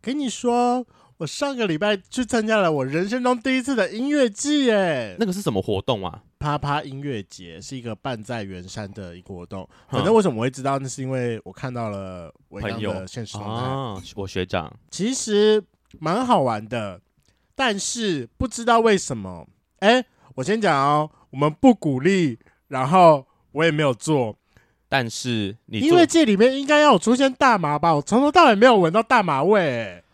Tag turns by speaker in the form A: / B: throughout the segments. A: 跟你说，我上个礼拜去参加了我人生中第一次的音乐季耶，
B: 那个是什么活动啊？
A: 啪啪音乐节是一个办在圆山的一个活动。反
B: 嗯
A: 正为什么我会知道，那是因为我看到了维刚
B: 朋友
A: 的现实动态，
B: 啊，我学长，
A: 其实蛮好玩的，但是不知道为什么，哎，我先讲哦，我们不鼓励，然后我也没有做，
B: 但是你
A: 音
B: 做
A: 乐界里面应该要有出现大麻吧？我从头到尾没有闻到大麻味、欸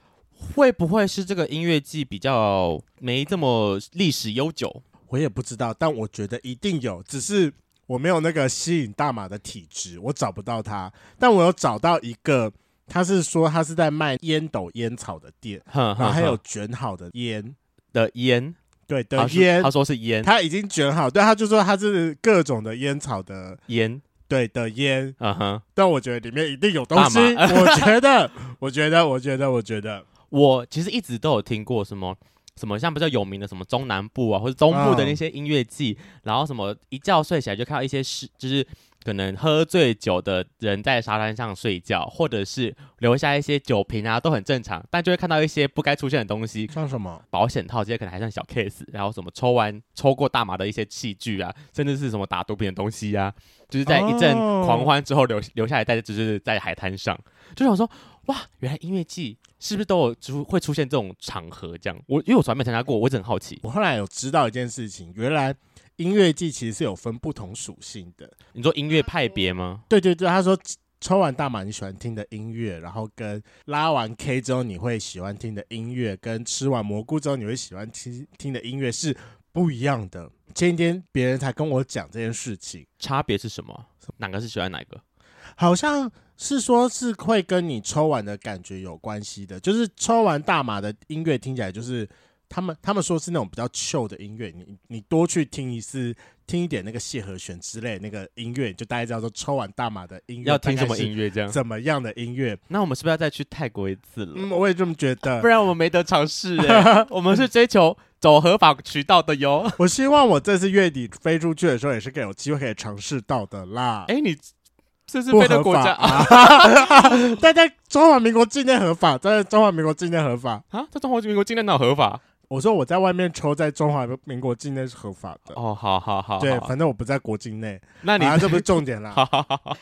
B: 会不会是这个音乐季比较没这么历史悠久？
A: 我也不知道，但我觉得一定有，只是我没有那个吸引大麻的体质，我找不到它。但我有找到一个，他是说他是在卖烟斗烟草的店，
B: 哼
A: 然后
B: 哼，
A: 还有
B: 哼
A: 卷好的烟，
B: 的烟
A: 对的
B: 他啊是
A: 烟
B: 他，说是烟
A: 他已经卷好，对，他就说他是各种的烟草的，
B: 烟，
A: 对的烟。
B: 嗯哼。
A: 但我觉得里面一定有东西，
B: 大
A: 我觉得， 我觉得，我觉得，我觉得，
B: 我其实一直都有听过什么什么像比较有名的什么中南部啊，或者中部的那些音乐季，然后什么一觉睡起来就看到一些是就是可能喝醉酒的人在沙滩上睡觉，或者是留下一些酒瓶啊，都很正常，但就会看到一些不该出现的东西。
A: 像什么？
B: 保险套这些可能还算小 case，然后什么抽完抽过大麻的一些器具啊，甚至是什么打毒品的东西啊，就是在一阵
A: 哦
B: 狂欢之后留留下来，在就是在海滩上，就想说哇，原来音乐季是不是都有出会出现这种场合这样？我因为我从来没参加过，我一直很好奇。
A: 我后来有知道一件事情，原来音乐季其实是有分不同属性的。
B: 你说音乐派别吗？
A: 对对对，他说抽完大麻你喜欢听的音乐，然后跟拉完 K 之后你会喜欢听的音乐，跟吃完蘑菇之后你会喜欢听听的音乐是不一样的。前几天别人才跟我讲这件事情，
B: 差别是什么？哪个是喜欢哪个？
A: 好像是说是会跟你抽完的感觉有关系的，就是抽完大麻的音乐听起来就是。他们他们说是那种比较 chill 的音乐，你你多去听一次，听一点那个谢和弦之类的那个音乐，就大家知道说抽完大麻的音乐
B: 要听什么
A: 乐
B: 音乐这样？
A: 怎么样的音乐，
B: 那我们是不是要再去泰国一次了？
A: 嗯，我也这么觉得
B: 啊不。然我们没得尝试、 欸，我们是追求走合法渠道的哟。
A: 我希望我这次月底飞出去的时候，也是更有机会可以尝试到的啦。
B: 哎、你这是
A: 不
B: 飞的
A: 合
B: 国
A: 法
B: 家啊
A: 啊！ 但在中华民国境内合法，在中华民国境内合法。
B: 啊？在中华民国境内哪有合法？
A: 我说我在外面抽，在中华民国境内是合法的。
B: 哦，好好好，
A: 对，
B: 好
A: 反正我不在国境内，
B: 那你、
A: 啊，这不是重点啦。
B: 好好好好，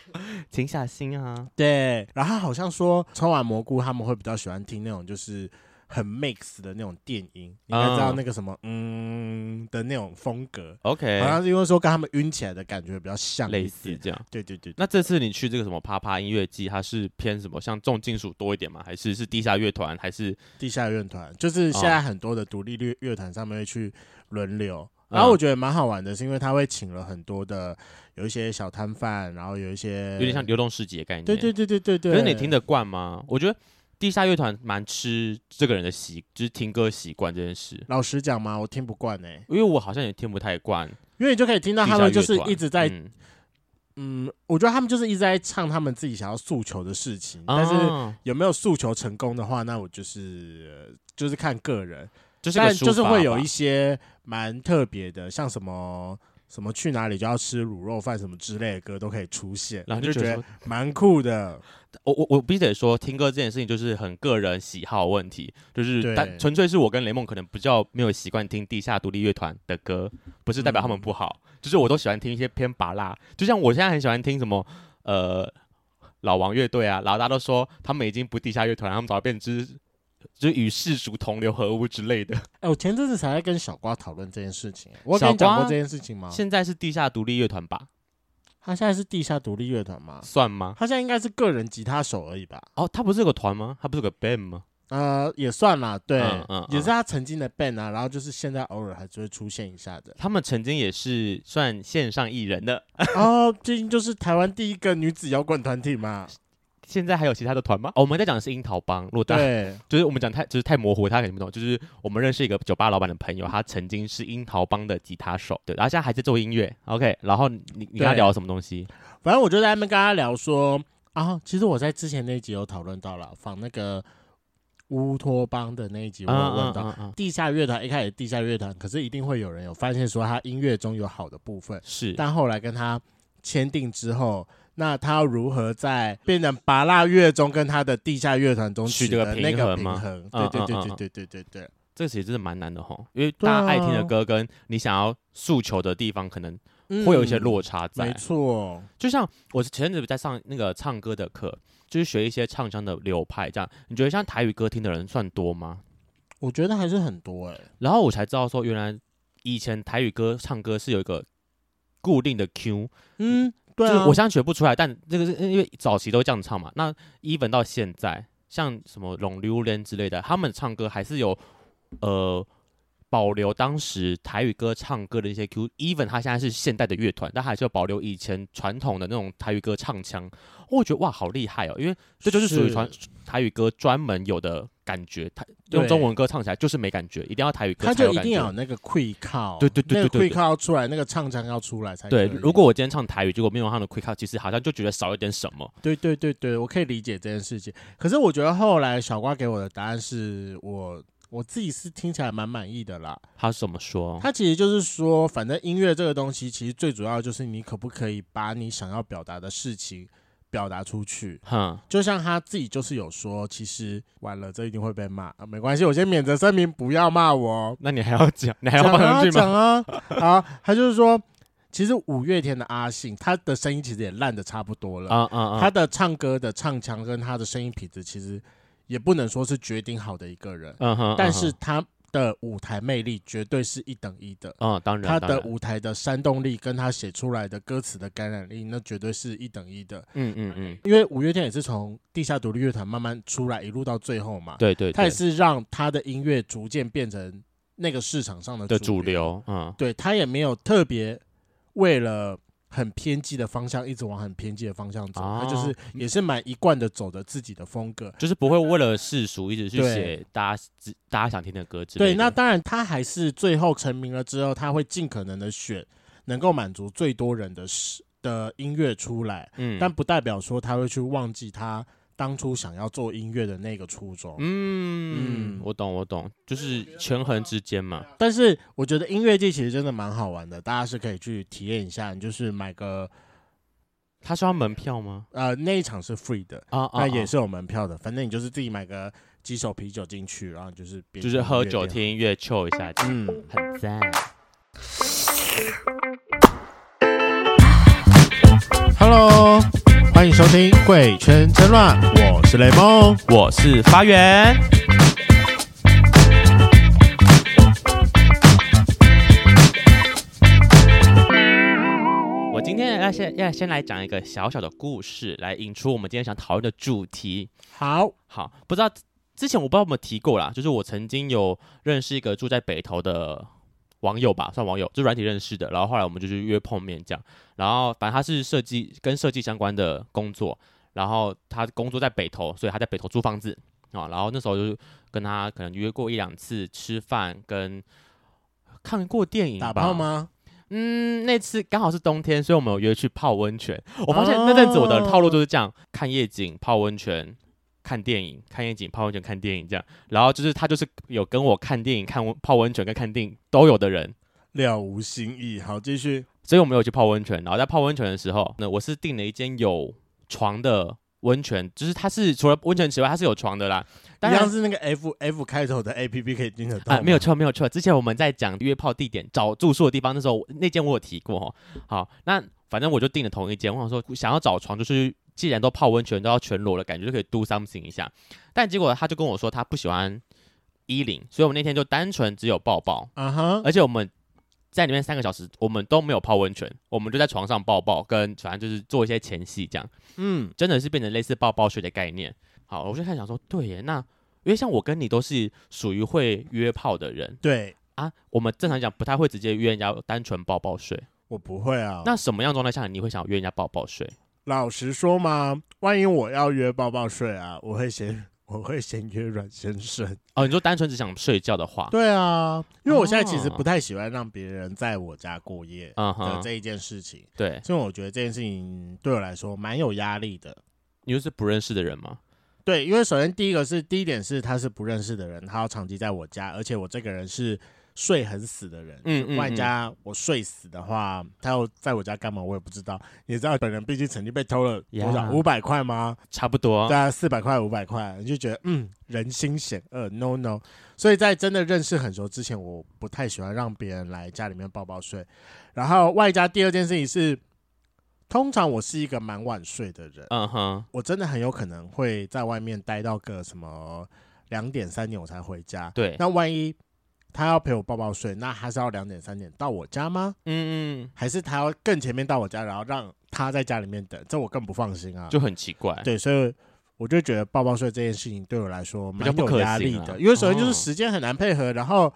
B: 停下心啊。
A: 对，然后好像说抽完蘑菇，他们会比较喜欢听那种就是很 mix 的那种电音，你应该知道
B: 嗯
A: 那个什么嗯的那种风格，好
B: OK，
A: 像是因为说跟他们晕起来的感觉比较像一
B: 类
A: 点
B: 似这样。
A: 对对对，
B: 那这次你去这个什么啪啪音乐季，它是偏什么？像重金属多一点吗？还是是地下乐团？还是
A: 地下乐团就是现
B: 哦
A: 在很多的独立乐乐团上面会去轮流，
B: 嗯
A: 然后我觉得蛮好玩的，是因为他会请了很多的有一些小摊贩，然后有一些
B: 有点像流动市集的概念？
A: 对对对对对对，
B: 可是你听得惯吗？我觉得地下乐团蛮吃这个人的习，就是听歌习惯这件事。
A: 老实讲嘛，我听不惯哎、
B: 因为我好像也听不太惯地
A: 因为你就可以听到
B: 下乐
A: 他
B: 团，
A: 们就是一直在
B: 嗯
A: 嗯我觉得他们就是一直在唱他们自己想要诉求的事情，但是
B: 啊
A: 有没有诉求成功的话，那我就是、呃就是看个人。
B: 就是个
A: 但就
B: 抒
A: 是
B: 发
A: 会有
B: 吧
A: 一些蛮特别的，像什么什么去哪里就要吃卤肉饭什么之类的歌都可以出现，
B: 然
A: 我
B: 后
A: 就
B: 就觉得
A: 得蛮酷的。
B: 我我我必须得说，听歌这件事情就是很个人喜好问题，就是
A: 对
B: 但纯粹是我跟雷梦可能比较没有习惯听地下独立乐团的歌，不是代表他们不好，就是我都喜欢听一些偏拔辣，就像我现在很喜欢听什么呃老王乐队啊，然后大家都说他们已经不地下乐团了，他们早就变之就是与世俗同流合污之类的。
A: 哎、我前阵子才在跟小瓜讨论这件事情，我有跟你讲
B: 小
A: 过
B: 瓜
A: 这件事情吗？
B: 现在是地下独立乐团吧？
A: 他现在是地下独立乐团吗？
B: 算吗？
A: 他现在应该是个人吉他手而已吧？
B: 哦，他不是有个团吗？他不是有个 band 吗？
A: 呃，也算啦，对，
B: 嗯嗯。
A: 也是他曾经的 band 啊，然后就是现在偶尔还是会出现一下的
B: 他们曾经也是算线上艺人的，
A: 哦，毕竟就是台湾第一个女子摇滚团体 嘛，
B: 现在还有其他的团吗？哦，我们在讲的是樱桃帮，如果大家
A: 对，
B: 就是我们讲太就是太模糊，他可能听不懂。就是我们认识一个酒吧老板的朋友，他曾经是樱桃帮的吉他手，对，然后现在还在做音乐。OK，然后你你你跟他
A: 对
B: 聊了什么东西？
A: 反正我就在那边跟他聊说啊，其实我在之前那一集有讨论到了，仿那个乌托邦的那一集，我有问到。
B: 嗯嗯
A: 地下乐团一开始地下乐团，可是一定会有人有发现说他音乐中有好的部分，
B: 是
A: 但后来跟他签订之后，那他要如何在变成拔蜡乐中跟他的地下乐团中
B: 取
A: 得
B: 得
A: 那
B: 平
A: 个
B: 衡
A: 平
B: 吗
A: 衡？对
B: 嗯
A: 对对对
B: 嗯嗯嗯
A: 对对对对，
B: 这其实真的蛮难的吼，因为
A: 对
B: 大家爱听
A: 啊
B: 的歌跟你想要诉求的地方可能会有一些
A: 嗯
B: 落差在。
A: 没错，
B: 就像我前阵子在上那个唱歌的课，就是学一些唱腔的流派，这样你觉得像台语歌听的人算多吗？
A: 我觉得还是很多哎、
B: 然后我才知道说，原来以前台语歌唱歌是有一个固定的 Q，、
A: 嗯，对
B: 就是
A: 啊，
B: 我现在学不出来，但这个是因为早期都这样唱嘛。那 even 到现在，像什么龙榴莲之类的，他们唱歌还是有呃保留当时台语歌唱歌的一些 Q。even 他现在是现代的乐团，但还是有保留以前传统的那种台语歌唱腔。我觉得哇，好厉害哦，因为这就是属于传台语歌专门有的感觉。它用
A: 对
B: 中文歌唱起来就是没感觉，一定要台语歌
A: 他
B: 才
A: 就
B: 有
A: 一
B: 感
A: 定要有
B: 觉。
A: 那个 quick call，
B: 对对对
A: 那个
B: 对对
A: quick call 要出来，那个唱腔要出来才
B: 对，
A: 可以
B: 如果我今天唱台语，结果没有他的 quick out，其实好像就觉得少了点什么。
A: 对对对对，我可以理解这件事情。可是我觉得后来小瓜给我的答案是我我自己是听起来蛮满意的啦。
B: 他怎么说？
A: 他其实就是说，反正音乐这个东西，其实最主要就是你可不可以把你想要表达的事情表达出去。
B: 哼，
A: 就像他自己就是有说，其实完了这一定会被骂、啊，没关系，我先免责声明，不要骂我哦。
B: 那你还要讲，你还要
A: 讲
B: 放上
A: 啊
B: 去吗？
A: 讲啊，好，他就是说，其实五月天的阿信，他的声音其实也烂的差不多了。
B: 啊啊啊！
A: 他的唱歌的唱腔跟他的声音品质，其实也不能说是决定好的一个人，
B: 嗯哼，
A: 但是他的舞台魅力绝对是一等一的。
B: 嗯哼，嗯，当然，
A: 他
B: 当
A: 的
B: 然
A: 舞台的煽动力跟他写出来的歌词的感染力，那绝对是一等一的。
B: 嗯嗯嗯，
A: 因为五月天也是从地下独立乐团慢慢出来，一路到最后嘛，
B: 对对，
A: 他也
B: 对
A: 是让他的音乐逐渐变成那个市场上的
B: 的
A: 主
B: 主流，嗯
A: 对他也没有特别为了很偏激的方向一直往很偏激的方向走，
B: 哦
A: 他就是也是蛮一贯的走着自己的风格。
B: 就是不会为了世俗一直去
A: 对
B: 写大家只大家想听的歌之类
A: 对，
B: 的。
A: 那当然他还是最后成名了之后，他会尽可能的选能够满足最多人的事的音乐出来，
B: 嗯，
A: 但不代表说他会去忘记他当初想要做音乐的那个初衷。
B: 嗯
A: 嗯
B: 嗯，我懂我懂，就是权衡之间嘛。
A: 但是我觉得音乐季其实真的蛮好玩的，大家是可以去体验一下。你就是买个
B: 他是要门票吗？
A: 呃那一场是 free 的，
B: 啊啊，
A: 那也
B: 啊
A: 是有门票的，反正你就是自己买个几手啤酒进去，然后就是边
B: 就是喝酒
A: 边
B: 听音乐 chill 一下，
A: 喝。嗯，
B: 很赞。
A: ，Hello，欢迎收听《贵圈争乱》，我是雷梦。
B: 我是发源，我今天要先要先来讲一个小小的故事，来引出我们今天想讨论的主题。
A: 好，
B: 好，不知道之前我不知道有没有提过啦，就是我曾经有认识一个住在北投的网友吧，算网友，就软体认识的。然后后来我们就去约碰面这样。然后反正他是设计跟设计相关的工作，然后他工作在北投，所以他在北投租房子啊。然后那时候就是跟他可能约过一两次吃饭，跟看过电影吧
A: 打炮？吗？
B: 嗯，那次刚好是冬天，所以我们有约去泡温泉。我发现那阵子我的套
A: 哦
B: 路就是这样：看夜景、泡温泉、看电影、看夜景、泡温泉、看电影这样。然后就是他就是有跟我看电影、看温泡温泉跟看电影都有的人，
A: 了无新意。好，继续。
B: 所以我们有去泡温泉。然后在泡温泉的时候，那我是订了一间有床的温泉，就是它是除了温泉之外，它是有床的啦。
A: 一
B: 当然
A: 样是那个 F F 开头的 A P P 可以听得到
B: 啊，
A: 吗
B: 没有错，没有错。之前我们在讲约炮地点、找住宿的地方，那时候我那间我有提过哦。好，那反正我就订了同一间，我想说想要找床，就是既然都泡温泉都要全裸了，感觉就可以 do something 一下。但结果他就跟我说他不喜欢衣领，所以我们那天就单纯只有抱抱，
A: 啊哈，
B: 而且我们。在里面三个小时，我们都没有泡温泉，我们就在床上抱抱，跟反正就是做一些前戏这样。
A: 嗯，
B: 真的是变成类似抱抱睡的概念。好，我就开始想说，对耶，那因为像我跟你都是属于会约炮的人
A: 对
B: 啊，我们正常讲不太会直接约人家单纯抱抱睡。
A: 我不会啊。
B: 那什么样状态下你会想约人家抱抱睡？
A: 老实说嘛，万一我要约抱抱睡啊，我会先 我会先约阮先生。
B: 哦，你说单纯只想睡觉的话，
A: 对啊，因为我现在其实
B: 哦
A: 不太喜欢让别人在我家过夜
B: 嗯
A: 的
B: 哼，
A: 这一件事情，
B: 对，
A: 所以我觉得这件事情对我来说蛮有压力的。
B: 你就是不认识的人嘛。
A: 对，因为首先第一个是第一点是他是不认识的人，他要长期在我家，而且我这个人是睡很死的人。
B: 嗯嗯，
A: 万
B: 嗯
A: 一家我睡死的话，他要在我家干嘛我也不知道。你知道本人毕竟曾经被偷了多少
B: 呀
A: 五百块吗？
B: 差不多
A: 大，概四百块五百块，你就觉得嗯人心险恶，no no。所以在真的认识很熟之前，我不太喜欢让别人来家里面抱抱睡。然后外加第二件事情是，通常我是一个蛮晚睡的人，
B: 嗯哼，
A: 我真的很有可能会在外面待到个什么两点三点我才回家。
B: 对，
A: 那万一他要陪我抱抱睡，那他是要两点三点到我家吗？
B: 嗯嗯，
A: 还是他要更前面到我家，然后让他在家里面等？这我更不放心啊。
B: 就很奇怪，
A: 对，所以我就觉得抱抱睡这件事情对我来说
B: 比
A: 蛮
B: 较不
A: 有
B: 可
A: 压力
B: 行啊
A: 的，因为首先就是
B: 哦
A: 时间很难配合，然后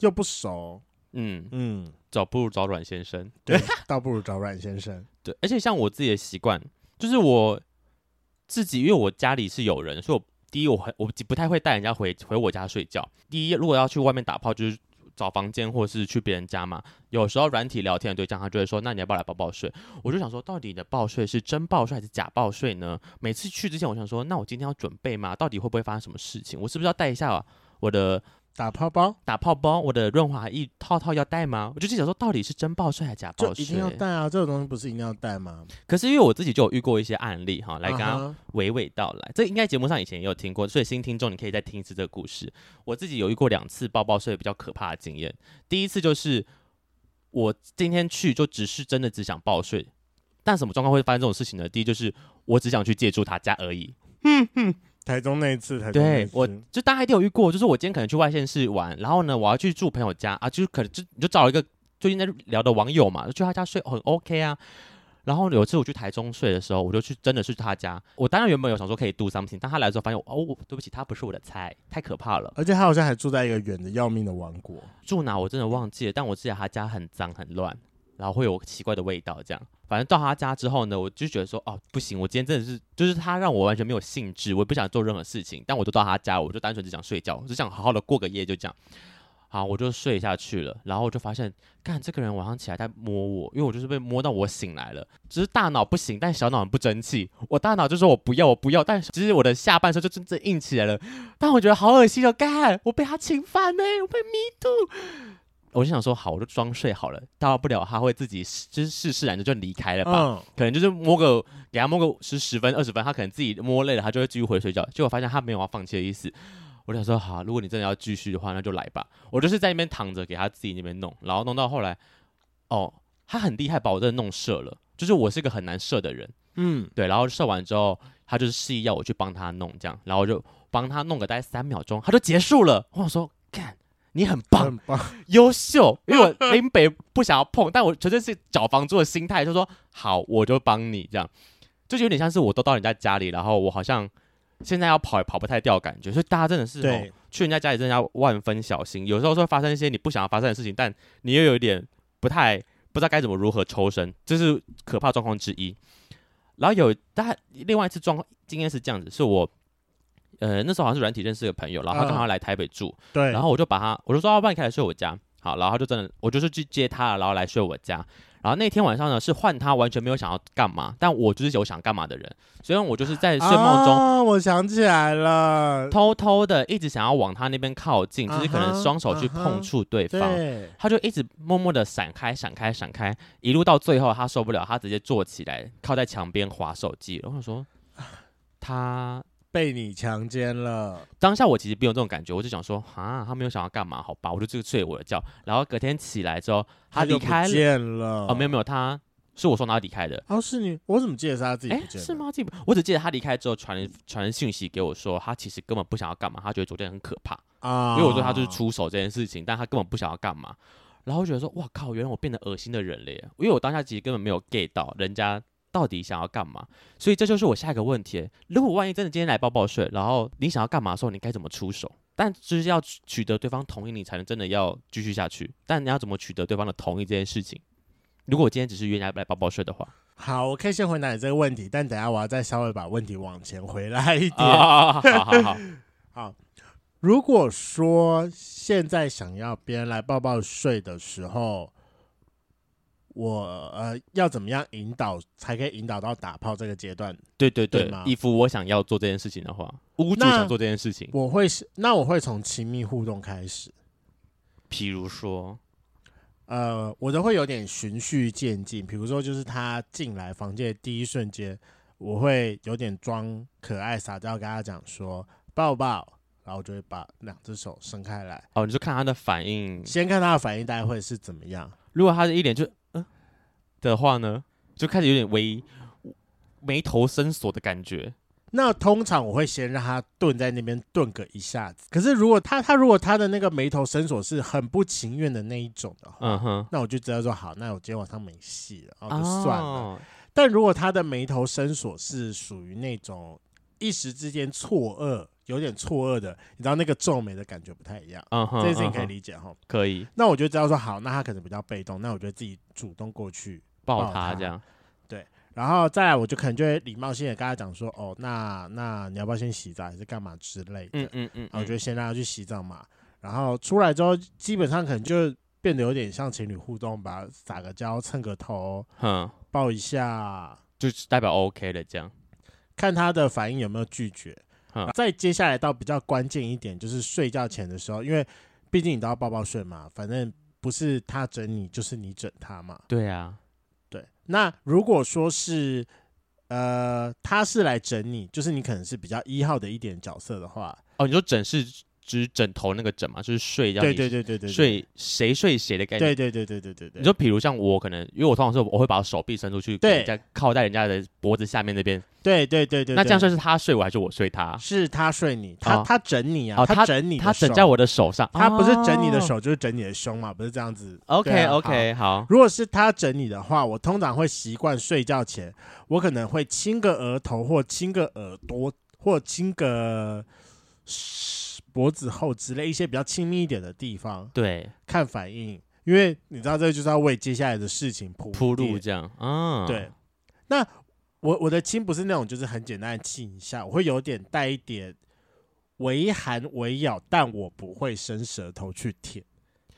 A: 又不熟，
B: 嗯，
A: 嗯，
B: 找不如找阮先生。
A: 对，倒不如找阮先生。
B: 对，而且像我自己的习惯，就是我自己，因为我家里是有人，所以我第一我很我不太会带人家回回我家睡觉。第一，如果要去外面打炮，就是找房间或是去别人家嘛。有时候软体聊天的对象，他就会说：“那你要不要来抱抱睡？”我就想说，到底你的抱睡是真抱睡还是假抱睡呢？每次去之前，我想说，那我今天要准备吗？到底会不会发生什么事情？我是不是要带一下我的
A: 打泡泡
B: 打泡包？我的润滑液套套要带吗？我就心想说，到底是真抱哦睡还是假
A: 就
B: 抱
A: 一
B: 睡？
A: 定要带啊，这种东西不是一定要带吗？
B: 可是因为我自己就有遇过一些案例哈，来
A: 啊
B: 刚刚
A: 哈
B: 娓娓道来，这应该节目上以前也有听过，所以新听众你可以再听一次这个故事。我自己有遇过两次抱抱睡比较可怕的经验，第一次就是我今天去就只是真的只想抱睡，但什么状况会发生这种事情呢？第一就是我只想去借住他家而已，
A: 台中那一次，台中那一
B: 对
A: 次
B: 我就大家一定有遇过，就是我今天可能去外县市玩，然后呢我要去住朋友家啊，就是可能就你就找一个最近在聊的网友嘛，就去他家睡很 OK 啊。然后有一次我去台中睡的时候，我就去真的是去他家，我当然原本有想说可以 do something，但他来的时候发现我哦，我对不起，他不是我的菜，太可怕了。
A: 而且他好像还住在一个远的要命的王国。
B: 住哪我真的忘记了，但我记得他家很脏很乱，然后会有奇怪的味道，这样。反正到他家之后呢，我就觉得说，哦，不行，我今天真的是，就是他让我完全没有兴致，我也不想做任何事情。但我就到他家，我就单纯只想睡觉，我只想好好的过个夜，就这样。好，我就睡下去了，然后我就发现，干这个人晚上起来在摸我，因为我就是被摸到我醒来了，只是大脑不行，但小脑很不争气，我大脑就说我不要，我不要，但其实我的下半身就真正硬起来了，但我觉得好恶心哦，干，我被他侵犯呢、我被 me too，我就想说好，我就装睡好了，大不了他会自己试就是试试然的就离开了吧，
A: 嗯，
B: 可能就是摸个给他摸个十十分二十分，他可能自己摸累了，他就会继续回睡觉。结果发现他没有要放弃的意思，我就想说好，如果你真的要继续的话，那就来吧。我就是在那边躺着给他自己那边弄，然后弄到后来，哦，他很厉害，把我真的弄射了。就是我是个很难射的人，
A: 嗯，
B: 对，然后射完之后，他就是示意要我去帮他弄这样，然后我就帮他弄个大概三秒钟，他就结束了。我想说，干，你很棒，
A: 很棒。
B: 优秀，因为我林北不想要碰，但我纯粹是找房租的心态，就说好，我就帮你这样，就是有点像是我都到人家家里，然后我好像现在要跑也跑不太掉的感觉，所以大家真的是、哦
A: 对、，
B: 去人家家里真的要万分小心，有时候是会发生一些你不想要发生的事情，但你又有一点不太不知道该怎么如何抽身，这是可怕状况之一。然后有但另外一次状况经验是这样子，是我呃那时候好像是软体认识的朋友，然后他刚好来台北住，
A: 对，
B: 然后我就把他，我就说要不然你可以来睡我家，好，然后他就真的，我就是去接他了，然后来睡我家。然后那天晚上呢，是换他完全没有想要干嘛，但我就是有想干嘛的人，所以我就是在睡梦中
A: 啊，我想起来了，
B: 偷偷的一直想要往他那边靠近，就是可
A: 啊哈
B: 能双手去
A: 啊哈
B: 碰触对方。
A: 对，
B: 他就一直默默的闪开、闪开、闪开，一路到最后他受不了，他直接坐起来，靠在墙边划手机。然后我说，他
A: 被你强奸了，
B: 当下我其实没有这种感觉，我就想说，哈，他没有想要干嘛，好吧，我就就睡我的觉。然后隔天起来之后，他
A: 就
B: 离
A: 不
B: 开了，
A: 见了。
B: 哦，没有没有，他是我送他离开的。
A: 哦，是你，我怎么记得是他自己
B: 哎
A: 不，见？
B: 是？吗？这我只记得他离开之后传传讯息给我说，他其实根本不想要干嘛，他觉得昨天很可怕，
A: 啊，
B: 因为我说他就是出手这件事情，但他根本不想要干嘛。然后我觉得说，哇靠，原来我变得恶心的人了耶！因为我当下其实根本没有 get 到人家到底想要干嘛，所以这就是我下一个问题：如果万一真的今天来抱抱睡，然后你想要干嘛的时候，你该怎么出手？但就是要取取得对方同意，你才能真的要继续下去。但你要怎么取得对方的同意这件事情？如果我今天只是约人家来抱抱睡的话，
A: 好，我可以先回答你这个问题，但等一下我要再稍微把问题往前回来一点。
B: 啊，好好好，
A: 好，如果说现在想要别人来抱抱睡的时候，我呃要怎么样引导才可以引导到打炮这个阶段？
B: 对对
A: 对
B: 对
A: 吗，
B: 以服我想要做这件事情的话，屋主
A: 那
B: 想做这件事情，
A: 我会是那我会从亲密互动开始，
B: 比如说，
A: 呃，我都会有点循序渐进。比如说，就是他进来房间的第一瞬间，我会有点装可爱撒娇，跟他讲说抱抱，然后我就会把两只手伸开来，
B: 哦，你就看他的反应。
A: 先看他的反应，大概会是怎么样。
B: 如果他的一脸就嗯、的话呢，就开始有点微眉头深锁的感觉。
A: 那通常我会先让他蹲在那边蹲个一下子。可是如果他他如果他的那个眉头深锁是很不情愿的那一种的话，
B: 嗯哼，
A: 那我就知道说好，那我今天晚上没戏了，然后就
B: 哦
A: 算了。但如果他的眉头深锁是属于那种一时之间错愕，有点错愕的，你知道那个皱眉的感觉不太一样，
B: 嗯哼，
A: 这件事情可以
B: 嗯哼
A: 理解哈。
B: 可以
A: 那我就知道说好，那他可能比较被动，那我就自己主动过去，
B: 抱
A: 抱
B: 他
A: 他
B: 这样。
A: 然后再来我就可能就会礼貌性的跟他讲说，哦，那那你要不要先洗澡还是干嘛之类的，
B: 嗯嗯嗯，
A: 然后我就
B: 得
A: 先让他去洗澡嘛。然后出来之后，基本上可能就变得有点像情侣互动吧，撒个娇、蹭个头、
B: 嗯，
A: 抱一下，
B: 就是代表 OK 了这样。
A: 看他的反应有没有拒绝
B: 嗯。
A: 再接下来到比较关键一点，就是睡觉前的时候，因为毕竟你都要抱抱睡嘛，反正不是他整你，就是你整他嘛。
B: 对啊，
A: 对，那如果说是呃他是来整你，就是你可能是比较一号的一点角色的话，
B: 哦，你说枕是指枕头那个枕嘛，就是睡觉
A: 对对对对对对，
B: 睡谁睡谁的概念。
A: 对对对对对对
B: 你
A: 对，
B: 说，比如像我可能，因为我通常是我会把我手臂伸出去，
A: 对
B: 人家靠在人家的脖子下面那边。
A: 对对对对，
B: 那这样
A: 对
B: 算是他睡我还是我睡他？
A: 是他睡你，他、
B: 哦
A: 他整你啊，
B: 哦他
A: 整你的手，
B: 他枕在我的手上，
A: 他不是整你的
B: 哦。
A: 手，就是整你的胸嘛，不是这样子。对
B: OK
A: 啊
B: OK，好，
A: 如果是他整你的话，我通常会习惯睡觉前，我可能会亲个额头，或亲个耳朵，或亲个嘶脖子后之类一些比较亲密一点的地方，
B: 对，
A: 看反应。因为你知道，这就是要为接下来的事情铺
B: 铺
A: 垫
B: 路这样，嗯，
A: 对，那我我的亲不是那种就是很简单的亲一下，我会有点带一点微含微咬，但我不会伸舌头去舔，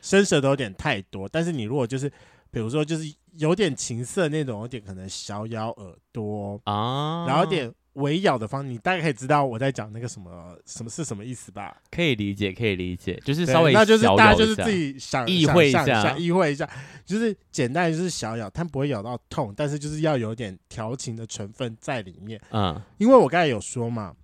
A: 伸舌头有点太多。但是你如果就是比如说就是有点情色那种，有点可能小咬耳朵，
B: 啊，
A: 然后有点微咬的方，你大概可以知道我在讲那个什么什么是什么意思吧？
B: 可以理解，可以理解，就是
A: 对
B: 稍微
A: 那就是
B: 小
A: 大家
B: 咬
A: 就是
B: 一下
A: 自己想
B: 意会一
A: 想象
B: 下
A: 意会一下，就是简单就是小咬，但不会咬到痛，但是就是要有点调情的成分在里面。
B: 嗯，
A: 因为我刚才有说嘛，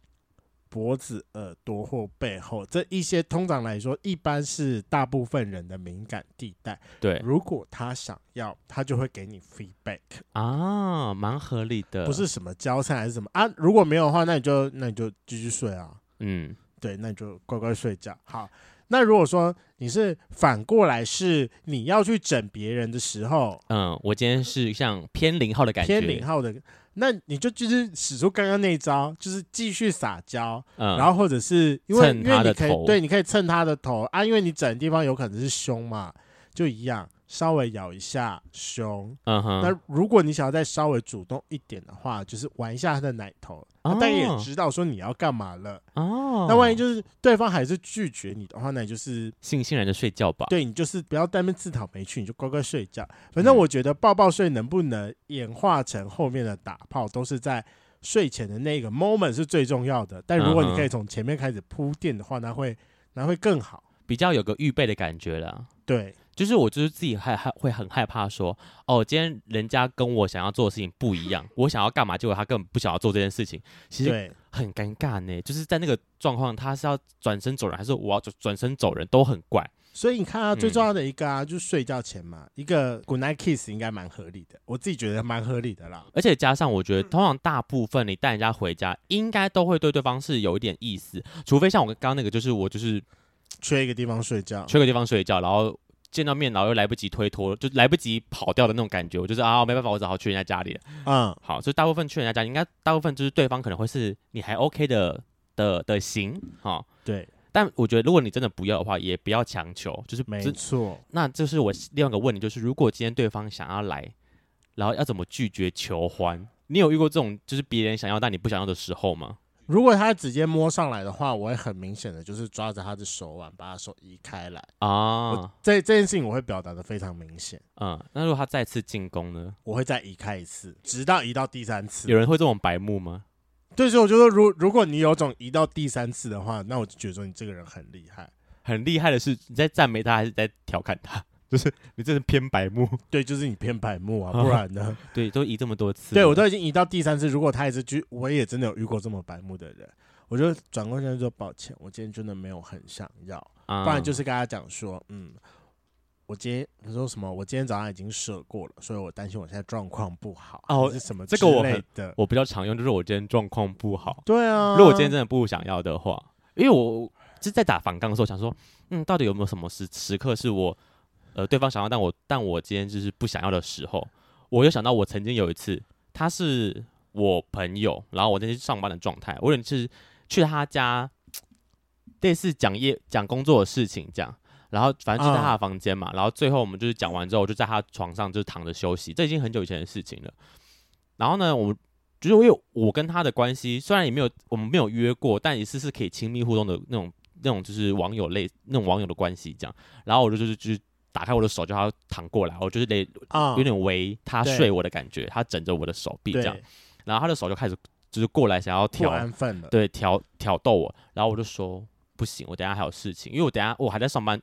A: 脖子、耳朵或背后这一些，通常来说一般是大部分人的敏感地带。
B: 对
A: 如果他想要，他就会给你 feedback，
B: 啊，蛮合理的，
A: 不是，什么交叉还是什么啊。如果没有的话，那你就那你就继续睡啊。
B: 嗯，
A: 对，那你就乖乖睡觉。好，那如果说你是反过来，是你要去整别人的时候，
B: 嗯，我今天是像偏零号的感觉，
A: 偏零号的，那你就就是使出刚刚那一招，就是继续撒娇，
B: 嗯，
A: 然后或者是因为
B: 蹭
A: 因
B: 他
A: 为
B: 的
A: 你可
B: 头
A: 以对，你可以蹭他的头啊，因为你整的地方有可能是胸嘛，就一样，稍微咬一下胸。
B: 嗯哼，
A: 那如果你想要再稍微主动一点的话，就是玩一下他的奶头，那但也
B: 哦
A: 知道说你要干嘛了。
B: 哦，
A: 那万一就是对方还是拒绝你的话，那你就是
B: 悻悻然的睡觉吧，
A: 对你就是不要在那边自讨没趣，你就乖乖睡觉。反正
B: 嗯
A: 我觉得抱抱睡能不能演化成后面的打炮，都是在睡前的那个 moment 是最重要的。但如果
B: 嗯
A: 你
B: 哼
A: 可以从前面开始铺垫的话，那会那会更好。
B: 比较有个预备的感觉了。
A: 对
B: 就是我就是自己害害会很害怕说，哦，今天人家跟我想要做的事情不一样，我想要干嘛，结果他根本不想要做这件事情，其实
A: 对，
B: 很尴尬呢。就是在那个状况，他是要转身走人，还是我要转转身走人，都很怪。
A: 所以你看啊，最
B: 嗯
A: 重要的一个啊，就是睡觉前嘛，一个 good night kiss 应该蛮合理的，我自己觉得蛮合理的啦。
B: 而且加上，我觉得通常大部分你带人家回家，应该都会对对方是有一点意思，除非像我刚刚那个，就是我就是
A: 缺一个地方睡觉，
B: 缺个地方睡觉，然后见到面，然后又来不及推脱，就来不及跑掉的那种感觉。我就是啊，没办法，我只好去人家家里了。
A: 嗯，
B: 好，所以大部分去人家家里，应该大部分就是对方可能会是你还 OK 的的的型哈、哦
A: 对，
B: 但我觉得，如果你真的不要的话，也不要强求，就是
A: 没
B: 这
A: 错。
B: 那这是我另外一个问题，就是如果今天对方想要来，然后要怎么拒绝求欢？你有遇过这种就是别人想要但你不想要的时候吗？
A: 如果他直接摸上来的话，我会很明显的就是抓着他的手腕，把他手移开来。
B: 啊，
A: 这这件事情我会表达的非常明显，
B: 嗯，那如果他再次进攻呢？
A: 我会再移开一次，直到移到第三次
B: 有。人会这种白目吗？
A: 对，所以我就说，如如果你有种移到第三次的话，那我就觉得说你这个人很厉害。
B: 很厉害的是，你在赞美他还是在调侃他？ 就是你真是偏白目，
A: 对，就是你偏白目啊，
B: 啊
A: 不然呢？
B: 对，都移这么多 次了，
A: 对我都已经移到第三次，如果他一直去，我也真的有遇过这么白目的人，我就转过身说抱歉，我今天真的没有很想要，
B: 啊，
A: 不然就是跟他讲说，嗯，我今天你说什么？我今天早上已经舍过了，所以我担心我现在状况不好，
B: 哦
A: 还是什么
B: 这个我
A: 之类
B: 很
A: 的，
B: 我比较常用，就是我今天状况不好，
A: 对啊，
B: 如果我今天真的不想要的话，因为我就是在打反抗的时候，想说，嗯，到底有没有什么时时刻是我呃对方想要，但我但我今天就是不想要的时候，我又想到我曾经有一次，他是我朋友，然后我那天上班的状态，我有一次去他家，类似讲业讲工作的事情这样。然后反正就在他的房间嘛，然后最后我们就是讲完之后，我就在他床上就是躺着休息，这已经很久以前的事情了。然后呢，我们就是因为我跟他的关系，虽然也没有我们没有约过，但也是是可以亲密互动的那种那种就是网友类那种网友的关系这样。然后我就就是就是打开我的手叫他躺过来，我就是得
A: 啊
B: 有点围他
A: 对
B: 睡我的感觉，他枕着我的手臂这样
A: 对，
B: 然后他的手就开始就是过来想要
A: 不
B: 挑
A: 安分了，
B: 对挑挑逗我，然后我就说不行，我等一下还有事情，因为我等一下我还在上班，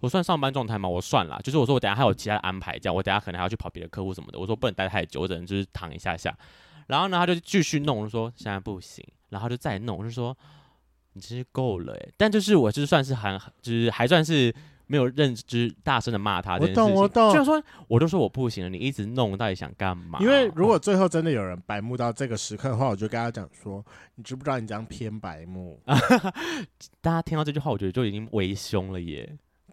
B: 我算上班状态吗？我算啦，就是我说我等一下还有其他的安排，这样我等一下可能还要去跑别的客户什么的，我说不能待太久，我只能就是躺一下下。然后呢，他就继续弄，我就说现在不行，然后他就再弄，我就说你真是够了、欸，但就是我就是算是还就是还算是。没有认知大声的骂他这
A: 我
B: 件事
A: 懂
B: 情，
A: 我懂
B: 就说我都说我不行了，你一直弄，到底想干嘛？哦
A: 因为如果最后真的有人白目到这个时刻的话，我就跟他讲说，你知不知道你这样偏白目？
B: 啊大家听到这句话，我觉得就已经微凶了耶。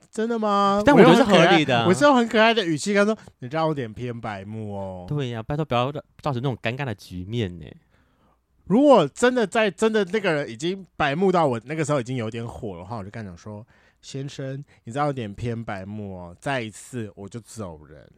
A: 真的吗？
B: 但
A: 我
B: 我觉
A: 用
B: 得是
A: 很可
B: 合
A: 爱
B: 理的啊
A: 我是用很可爱的语气跟他说，你知道我有点偏白目哦。
B: 对呀、拜托不要让造成那种尴尬的局面呢。
A: 如果真的在真的那个人已经白目到我那个时候已经有点火的话，我就跟他讲说，先生，你知道有点偏白目哦，再一次我就走人。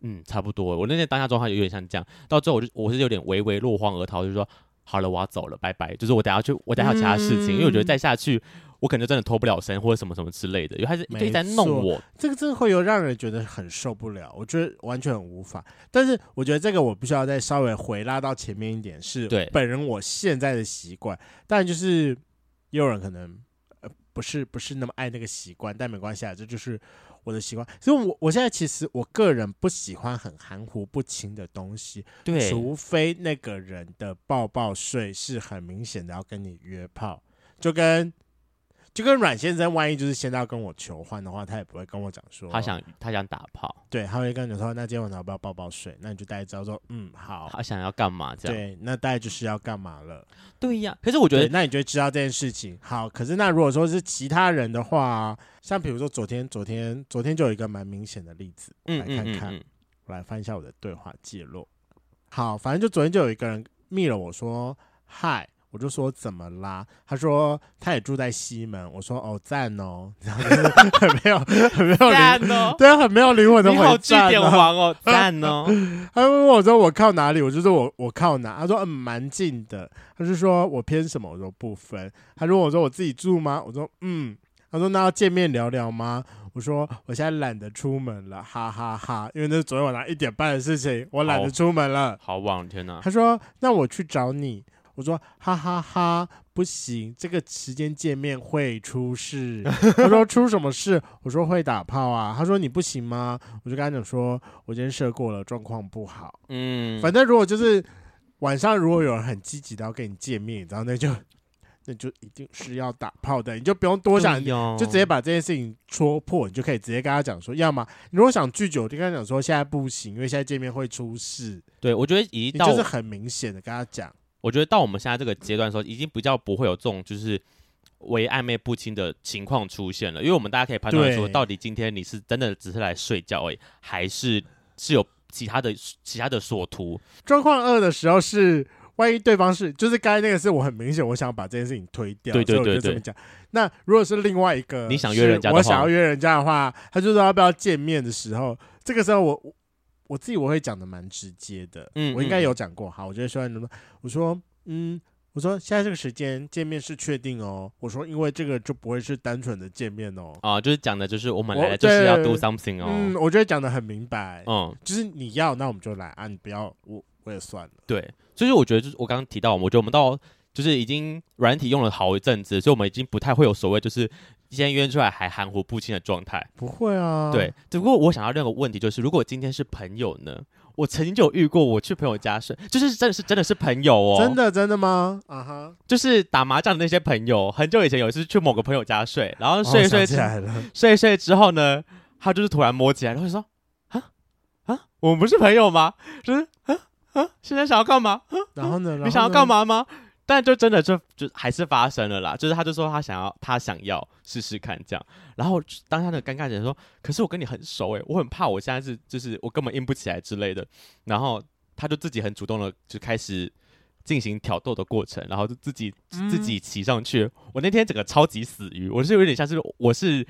B: 嗯，差不多。我那天当下状态有点像这样，到最后我就我是有点唯唯落荒而逃，就是说好了，我要走了，拜拜。就是我等下去，我等下还有其他事情，因为我觉得
A: 嗯
B: 再下去，我可能就真的脱不了身或者什么什么之类的，因为他是
A: 没
B: 一直在弄
A: 错
B: 我。
A: 这个真的会有让人觉得很受不了，我觉得完全很无法。但是我觉得这个我必须要再稍微回拉到前面一点，是
B: 对
A: 本人我现在的习惯。但就是也有人可能呃不是不是那么爱那个习惯，但没关系啊，这就是我的习惯。所以我我现在其实我个人不喜欢很含糊不清的东西，
B: 对，
A: 除非那个人的抱抱睡是很明显的要跟你约炮，就跟就跟阮先生，万一就是先要跟我求欢的话，他也不会跟我讲说
B: 他想他想打炮，
A: 对，他会跟你说哦那今天晚上要不要抱抱睡？那你就大概知道说嗯好，
B: 他想要干嘛这样？
A: 对，那大概就是要干嘛了。
B: 对呀、可是我觉
A: 对，
B: 得
A: 那你就会知道这件事情。好，可是那如果说是其他人的话，啊像比如说昨天昨天昨天就有一个蛮明显的例子，
B: 嗯
A: 来
B: 嗯
A: 看
B: 嗯
A: 看。
B: 嗯，
A: 我来翻一下我的对话记录。好，反正就昨天就有一个人密了我说嗨，我就说怎么啦？他说他也住在西门，我说哦赞哦，然后就是很没有很没有灵，
B: 赞哦，
A: 对，啊很没有灵魂的
B: 你好
A: 回
B: 据
A: 赞
B: 点
A: 哦。
B: 王哦，赞哦，
A: 他就问我说我靠哪里？我就说我我靠哪？他说嗯蛮近的。他就说我偏什么？我说不分。他就问我说我自己住吗？我说嗯。他说那要见面聊聊吗？我说我现在懒得出门了，哈哈哈因为那是昨天晚上一点半的事情，我懒得
B: 好
A: 出门了。
B: 好网天哪，
A: 他说那我去找你。我说哈哈哈，不行，这个时间见面会出事。他说出什么事？我说会打炮啊。他说你不行吗？我就跟他讲说，我今天射过了，状况不好。
B: 嗯，
A: 反正如果就是晚上如果有人很积极的要跟你见面，你知道那就 那就一定是要打炮的，你就不用多想，
B: 对哦哟
A: 就直接把这件事情戳破，你就可以直接跟他讲说，要么你如果想拒绝，我就跟他讲说现在不行，因为现在见面会出事，
B: 对，我觉得已
A: 你
B: 经到
A: 就是很明显的跟他讲，
B: 我觉得到我们现在这个阶段的时候，已经比较不会有这种就是为暧昧不清的情况出现了，因为我们大家可以判断说，
A: 对
B: 到底今天你是真的只是来睡觉而已，还是是有其他的其他的所图？
A: 状况二的时候是。万一对方是，就是刚才那个是我很明显，我想把这件事情推掉，
B: 对对
A: 所以我
B: 对
A: 就这么
B: 对
A: 讲。那如果是另外一个，
B: 你想约人家的话
A: 我想要约人家的话，他就说要不要见面的时候，这个时候我我我自己我会讲的蛮直接的，
B: 嗯
A: 我应该
B: 嗯
A: 有讲过。好，我觉得说什么，我说嗯，我说现在这个时间见面是确定哦，我说因为这个就不会是单纯的见面哦，
B: 啊、就是讲的就是我们
A: 我
B: 来了就是要
A: 对
B: do something
A: 嗯，
B: 哦，
A: 我觉得讲的很明白，
B: 嗯，
A: 就是你要那我们就来啊，你不要我我也算了。
B: 对，所以我觉得就是我刚刚提到，我觉得我们到就是已经软体用了好一阵子，所以我们已经不太会有所谓就是先约出来还含糊不清的状态。
A: 不会啊，
B: 对，，只不过我想要问个问题，就是如果今天是朋友呢？我曾经就有遇过，我去朋友家睡，就是真的是真的是朋友哦，
A: 真的真的吗？啊哈，
B: 就是打麻将的那些朋友，很久以前有一次去某个朋友家睡，然后睡一睡
A: 哦想
B: 之、
A: 起来 了，
B: 睡一睡之后呢，他就是突然摸起来，然后就说啊啊，我们不是朋友吗？就是啊啊，现在想要干嘛？
A: 然后呢？
B: 你想要干
A: 嘛？
B: 嘛吗？但就真的就就还是发生了啦，就是他就说他想要他想要试试看这样，然后当下的尴尬人说，可是我跟你很熟诶、我很怕我现在是就是我根本硬不起来之类的，然后他就自己很主动的就开始进行挑逗的过程，然后就自己
A: 嗯
B: 自己骑上去，我那天整个超级死鱼，我是有点像是我是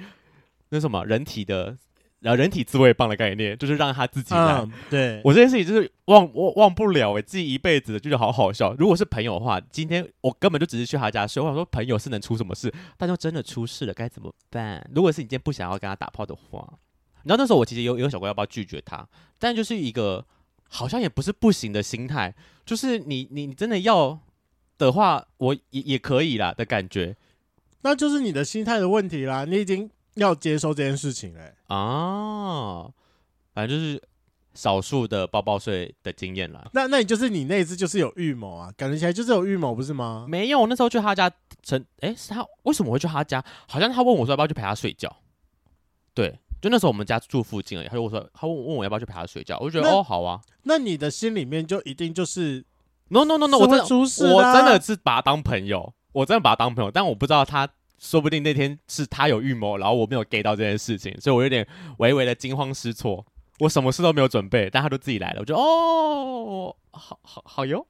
B: 那什么人体的然后人体自慰棒的概念，就是让他自己来，
A: 嗯，对，
B: 我这件事情就是忘忘忘不了诶、记一辈子的，就是好好笑。如果是朋友的话，今天我根本就只是去他家睡，我想说朋友是能出什么事，但就真的出事了该怎么办？如果是你今天不想要跟他打炮的话，然后那时候我其实有有想过要不要拒绝他，但就是一个好像也不是不行的心态，就是你你你真的要的话，我也也可以啦的感觉
A: 那就是你的心态的问题啦，你已经要接受这件事情了欸。
B: 啊，反正就是少数的抱抱睡的经验啦。
A: 那那你就是你那一次就是有预谋啊，感觉起来就是有预谋，不是吗？
B: 没有，我那时候去他家，陈诶，是他为什么会去他家？好像他问我说要不要去陪他睡觉。对，就那时候我们家住附近而已，他就我说他问问我要不要去陪他睡觉，我就觉得
A: 那
B: 哦好啊。
A: 那你的心里面就一定就是
B: No No No No，我
A: 是会
B: 真的
A: 出事
B: 我
A: 啊
B: 真的是把他当朋友，我真的把他当朋友，但我不知道他。说不定那天是他有预谋，然后我没有 get 到这件事情，所以我有点微微的惊慌失措。我什么事都没有准备，但他都自己来了，我就哦，好好好哟，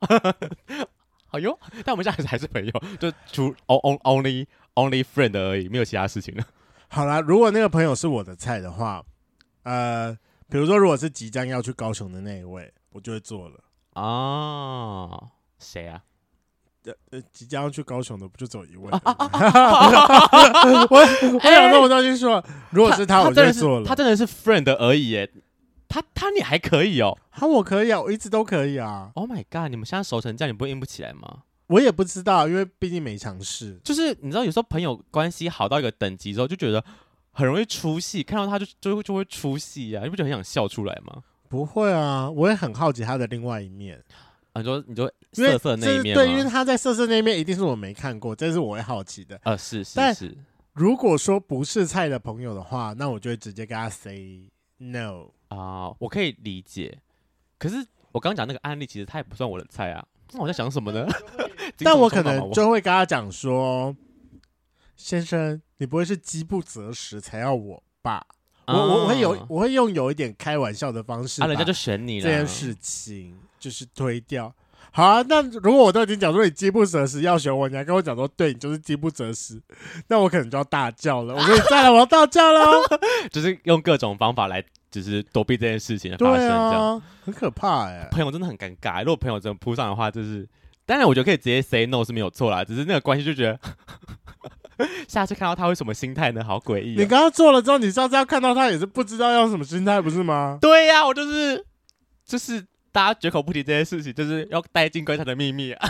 B: 好哟。但我们现在还是朋友，就除 on only only friend 而已，没有其他事情了。
A: 好啦。如果那个朋友是我的菜的话，呃，比如说如果是即将要去高雄的那一位，我就会做了。
B: 啊，谁啊？
A: 呃，即将要去高雄的不就只有一
B: 哦
A: 位？ 我我想说，我当时说，如果是他，我就
B: 真
A: 会
B: 的是
A: 做
B: 哦哎他
A: 了。
B: 真的是 friend 而已耶。他他你还可以哦。
A: 他我可以啊，我一直都可以啊，
B: Oh my god！你们现在熟成这样，你不会硬不起来吗？
A: 我也不知道，因为毕竟没尝试。
B: 就是你知道，有时候朋友关系好到一个等级之后，就觉得很容易出戏，看到他就就会就会出戏啊，你不觉得很想笑出来吗？
A: 不会啊，我也很好奇他的另外一面，
B: 啊，你说你说
A: 因为呃
B: 色色那
A: 这
B: 一
A: 是
B: 面
A: 对，因为
B: 吗？
A: 他在色色那一面一定是我没看过，这是我会好奇的。
B: 呃，是是
A: 但
B: 是，
A: 如果说不是菜的朋友的话，那我就会直接跟他 say no。
B: 啊、我可以理解。可是我刚刚讲那个案例，其实他也不算我的菜啊。那我在想什么呢？
A: 但 我可
B: 精
A: 能
B: 虫充脑嘛
A: 就会跟他讲说：“先生，你不会是饥不择食才要我吧？”我我我会有
B: 啊，
A: 我会用有一点开玩笑的方式
B: 啊，人家
A: 把
B: 就选你
A: 这
B: 了。
A: 件事情就是推掉。好啊，那如果我都已经讲说你饥不择食要选我，你还跟我讲说对你就是饥不择食，那我可能就要大叫了。我说你再来，我要大叫 了。
B: 就是用各种方法来，就是躲避这件事情的发生，
A: 对
B: 这样。
A: 啊，很可怕哎、
B: 朋友真的很尴尬。如果朋友真的扑上的话，就是当然我觉得可以直接 say no 是没有错啦，只是那个关系就觉得 下次看到他会什么心态呢？好诡异
A: 你
B: 哦、
A: 刚刚做了之后，你上次要看到他也是不知道要什么心态，不是吗？
B: 对呀、我就是就是大家绝口不提这件事情，就是要带进棺材的秘密啊。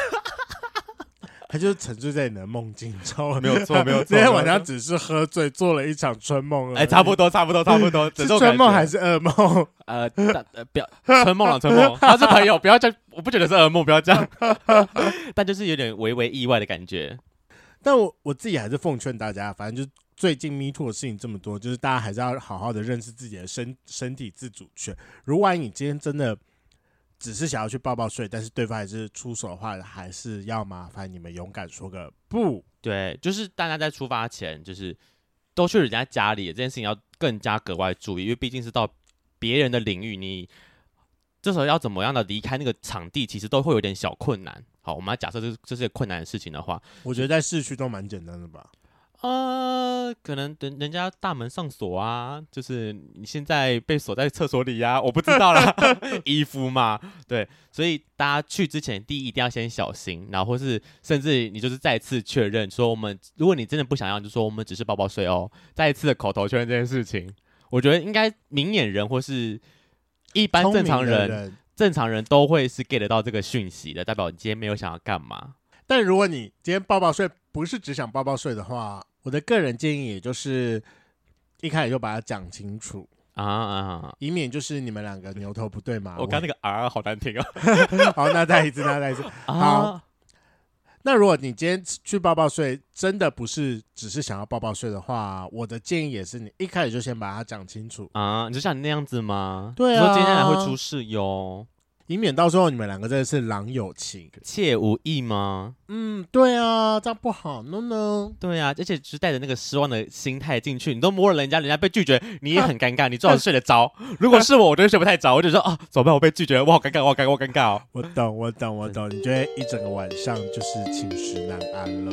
A: 他就是沉醉在你的梦境中，
B: 哦没有 错，没有错。
A: 今天晚上
B: 没有错
A: 只是喝醉，做了一场春梦而已。
B: 哎、差不多，差不多，差不多。只
A: 是
B: 这种
A: 春梦
B: 感觉
A: 还是噩梦？
B: 呃，大呃不要春梦了，春 梦，他是朋友，不要这样，我不觉得是噩梦，不要这样。 但就是有点微微意外的感觉。
A: 但我我自己还是奉劝大家，反正就是最近 Me Too 的事情这么多，就是大家还是要好好的认识自己的身身体自主权。如果万一你今天真的只是想要去抱抱睡，但是对方还是出手的话，还是要麻烦你们勇敢说个不。
B: 对，就是大家在出发前，就是都去人家家里，这件事情要更加格外注意，因为毕竟是到别人的领域，你这时候要怎么样的离开那个场地，其实都会有点小困难。好，我们来假设这是这是个困难的事情的话，
A: 我觉得在市区都蛮简单的吧。
B: 呃，可能人人家大门上锁啊，就是你现在被锁在厕所里呀、我不知道啦， 衣服嘛，对，所以大家去之前，第一一定要先小心，然后或是甚至你就是再次确认说，我们如果你真的不想要，你就说我们只是包包睡哦，再一次的口头确认这件事情，我觉得应该明眼人或是一般
A: 聪
B: 正
A: 明
B: 常
A: 的
B: 人，
A: 人，
B: 正常人都会是 get 得到这个讯息的，代表你今天没有想要干嘛。
A: 但如果你今天抱抱睡不是只想抱抱睡的话，我的个人建议也就是一开始就把它讲清楚，
B: 啊啊！
A: 以免就是你们两个牛头不对马尾。
B: 我刚那个 R 好难听哦。
A: 好，那再一次，那再一次。
B: 啊，
A: 那如果你今天去抱抱睡，真的不是只是想要抱抱睡的话，我的建议也是你一开始就先把它讲清楚，
B: 啊，你就像你那样子吗？
A: 对
B: 你说接下来
A: 啊
B: 会出事哟，
A: 以免到时候你们两个真的是郎有情。
B: 切无意吗？
A: 嗯，对啊，这样不好，no no。
B: 对啊，而且只是带着那个失望的心态进去，你都摸了人家，人家被拒绝，你也很尴尬，你最好是睡得着。如果是我，我就会睡不太着，我就说啊，怎么办？我被拒绝，我好尴尬，我好尴尬，我好尴尬哦。
A: 我懂，我懂，我懂，你觉得一整个晚上就是寝食难安了。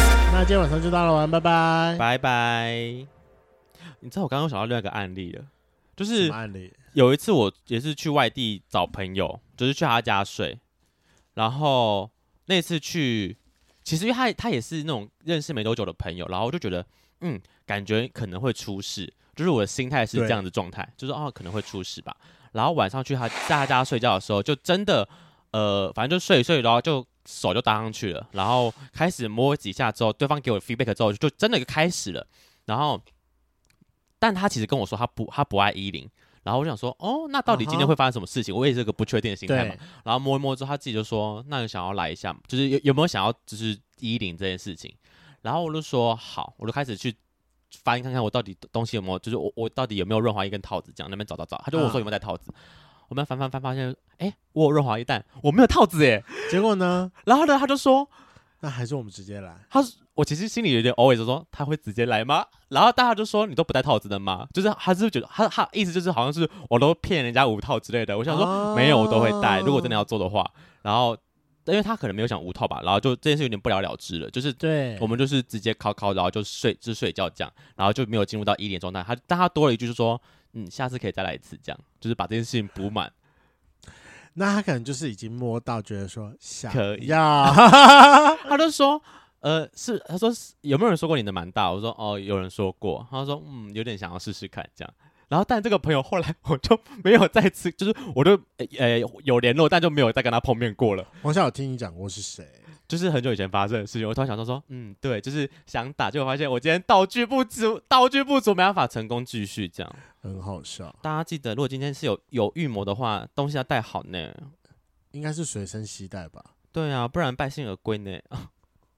A: 那今天晚上就到了，玩，拜拜。
B: 拜拜。你知道我刚刚想到另外一个案例了，就
A: 什
B: 是
A: 么案例？
B: 有一次我也是去外地找朋友，就是去他家睡，然后那次去，其实因为他他也是那种认识没多久的朋友，然后我就觉得，嗯，感觉可能会出事，就是我的心态是这样的状态，就是哦可能会出事吧。然后晚上去他在他家睡觉的时候，就真的呃，反正就睡一睡，然后就手就搭上去了，然后开始摸几下之后，对方给我 feedback 之后，就真的就开始了。然后，但他其实跟我说他不他不爱依零，然后我想说哦，那到底今
A: 啊
B: 天
A: 哈
B: 会发生什么事情我也是个不确定的心态嘛
A: 对。，
B: 然后摸一摸之后，他自己就说：“那你想要来一下吗，就是有有没有想要就是衣领这件事情？”然后我就说：“好。”我就开始去翻看看我到底东西有没有，就是我我到底有没有润滑液跟套子，这样那边找找找。他就问我说
A: 嗯
B: 有没有带套子，我们翻翻翻发现，哎，我有润滑液，但我没有套子耶。
A: 结果呢？
B: 然后呢，他就说
A: 那还是我们直接来。
B: 他是我其实心里有点 always 说他会直接来吗？然后大家就说你都不戴套子的吗？就是他是不是觉得他他意思就是好像是我都骗人家五套之类的。我想说、
A: 啊
B: 没有，我都会戴。如果真的要做的话，然后因为他可能没有想五套吧，然后就这件事有点不了了之了。就是
A: 对，
B: 我们就是直接考考，然后就睡就睡觉这样，然后就没有进入到一点状态。他但他多了一句就说嗯，下次可以再来一次这样，就是把这件事情补满。
A: 那他可能就是已经摸到，觉得说想
B: 可以
A: 要
B: 他就说，呃，是，他说是有没有人说过你的蛮大？我说哦，有人说过。他说嗯，有点想要试试看这样。然后，但这个朋友后来我就没有再次，就是我就呃呃有联络，但就没有再跟他碰面过了。
A: 王小，我听你讲过是谁？
B: 就是很久以前发生的事情，我突然想到说，嗯，对，就是想打，结果发现我今天道具不足，道具不足，没办法成功继续这样。
A: 很好笑，
B: 大家记得，如果今天是有有预谋的话，东西要带好呢。
A: 应该是随身携带吧？
B: 对啊，不然败兴而归呢。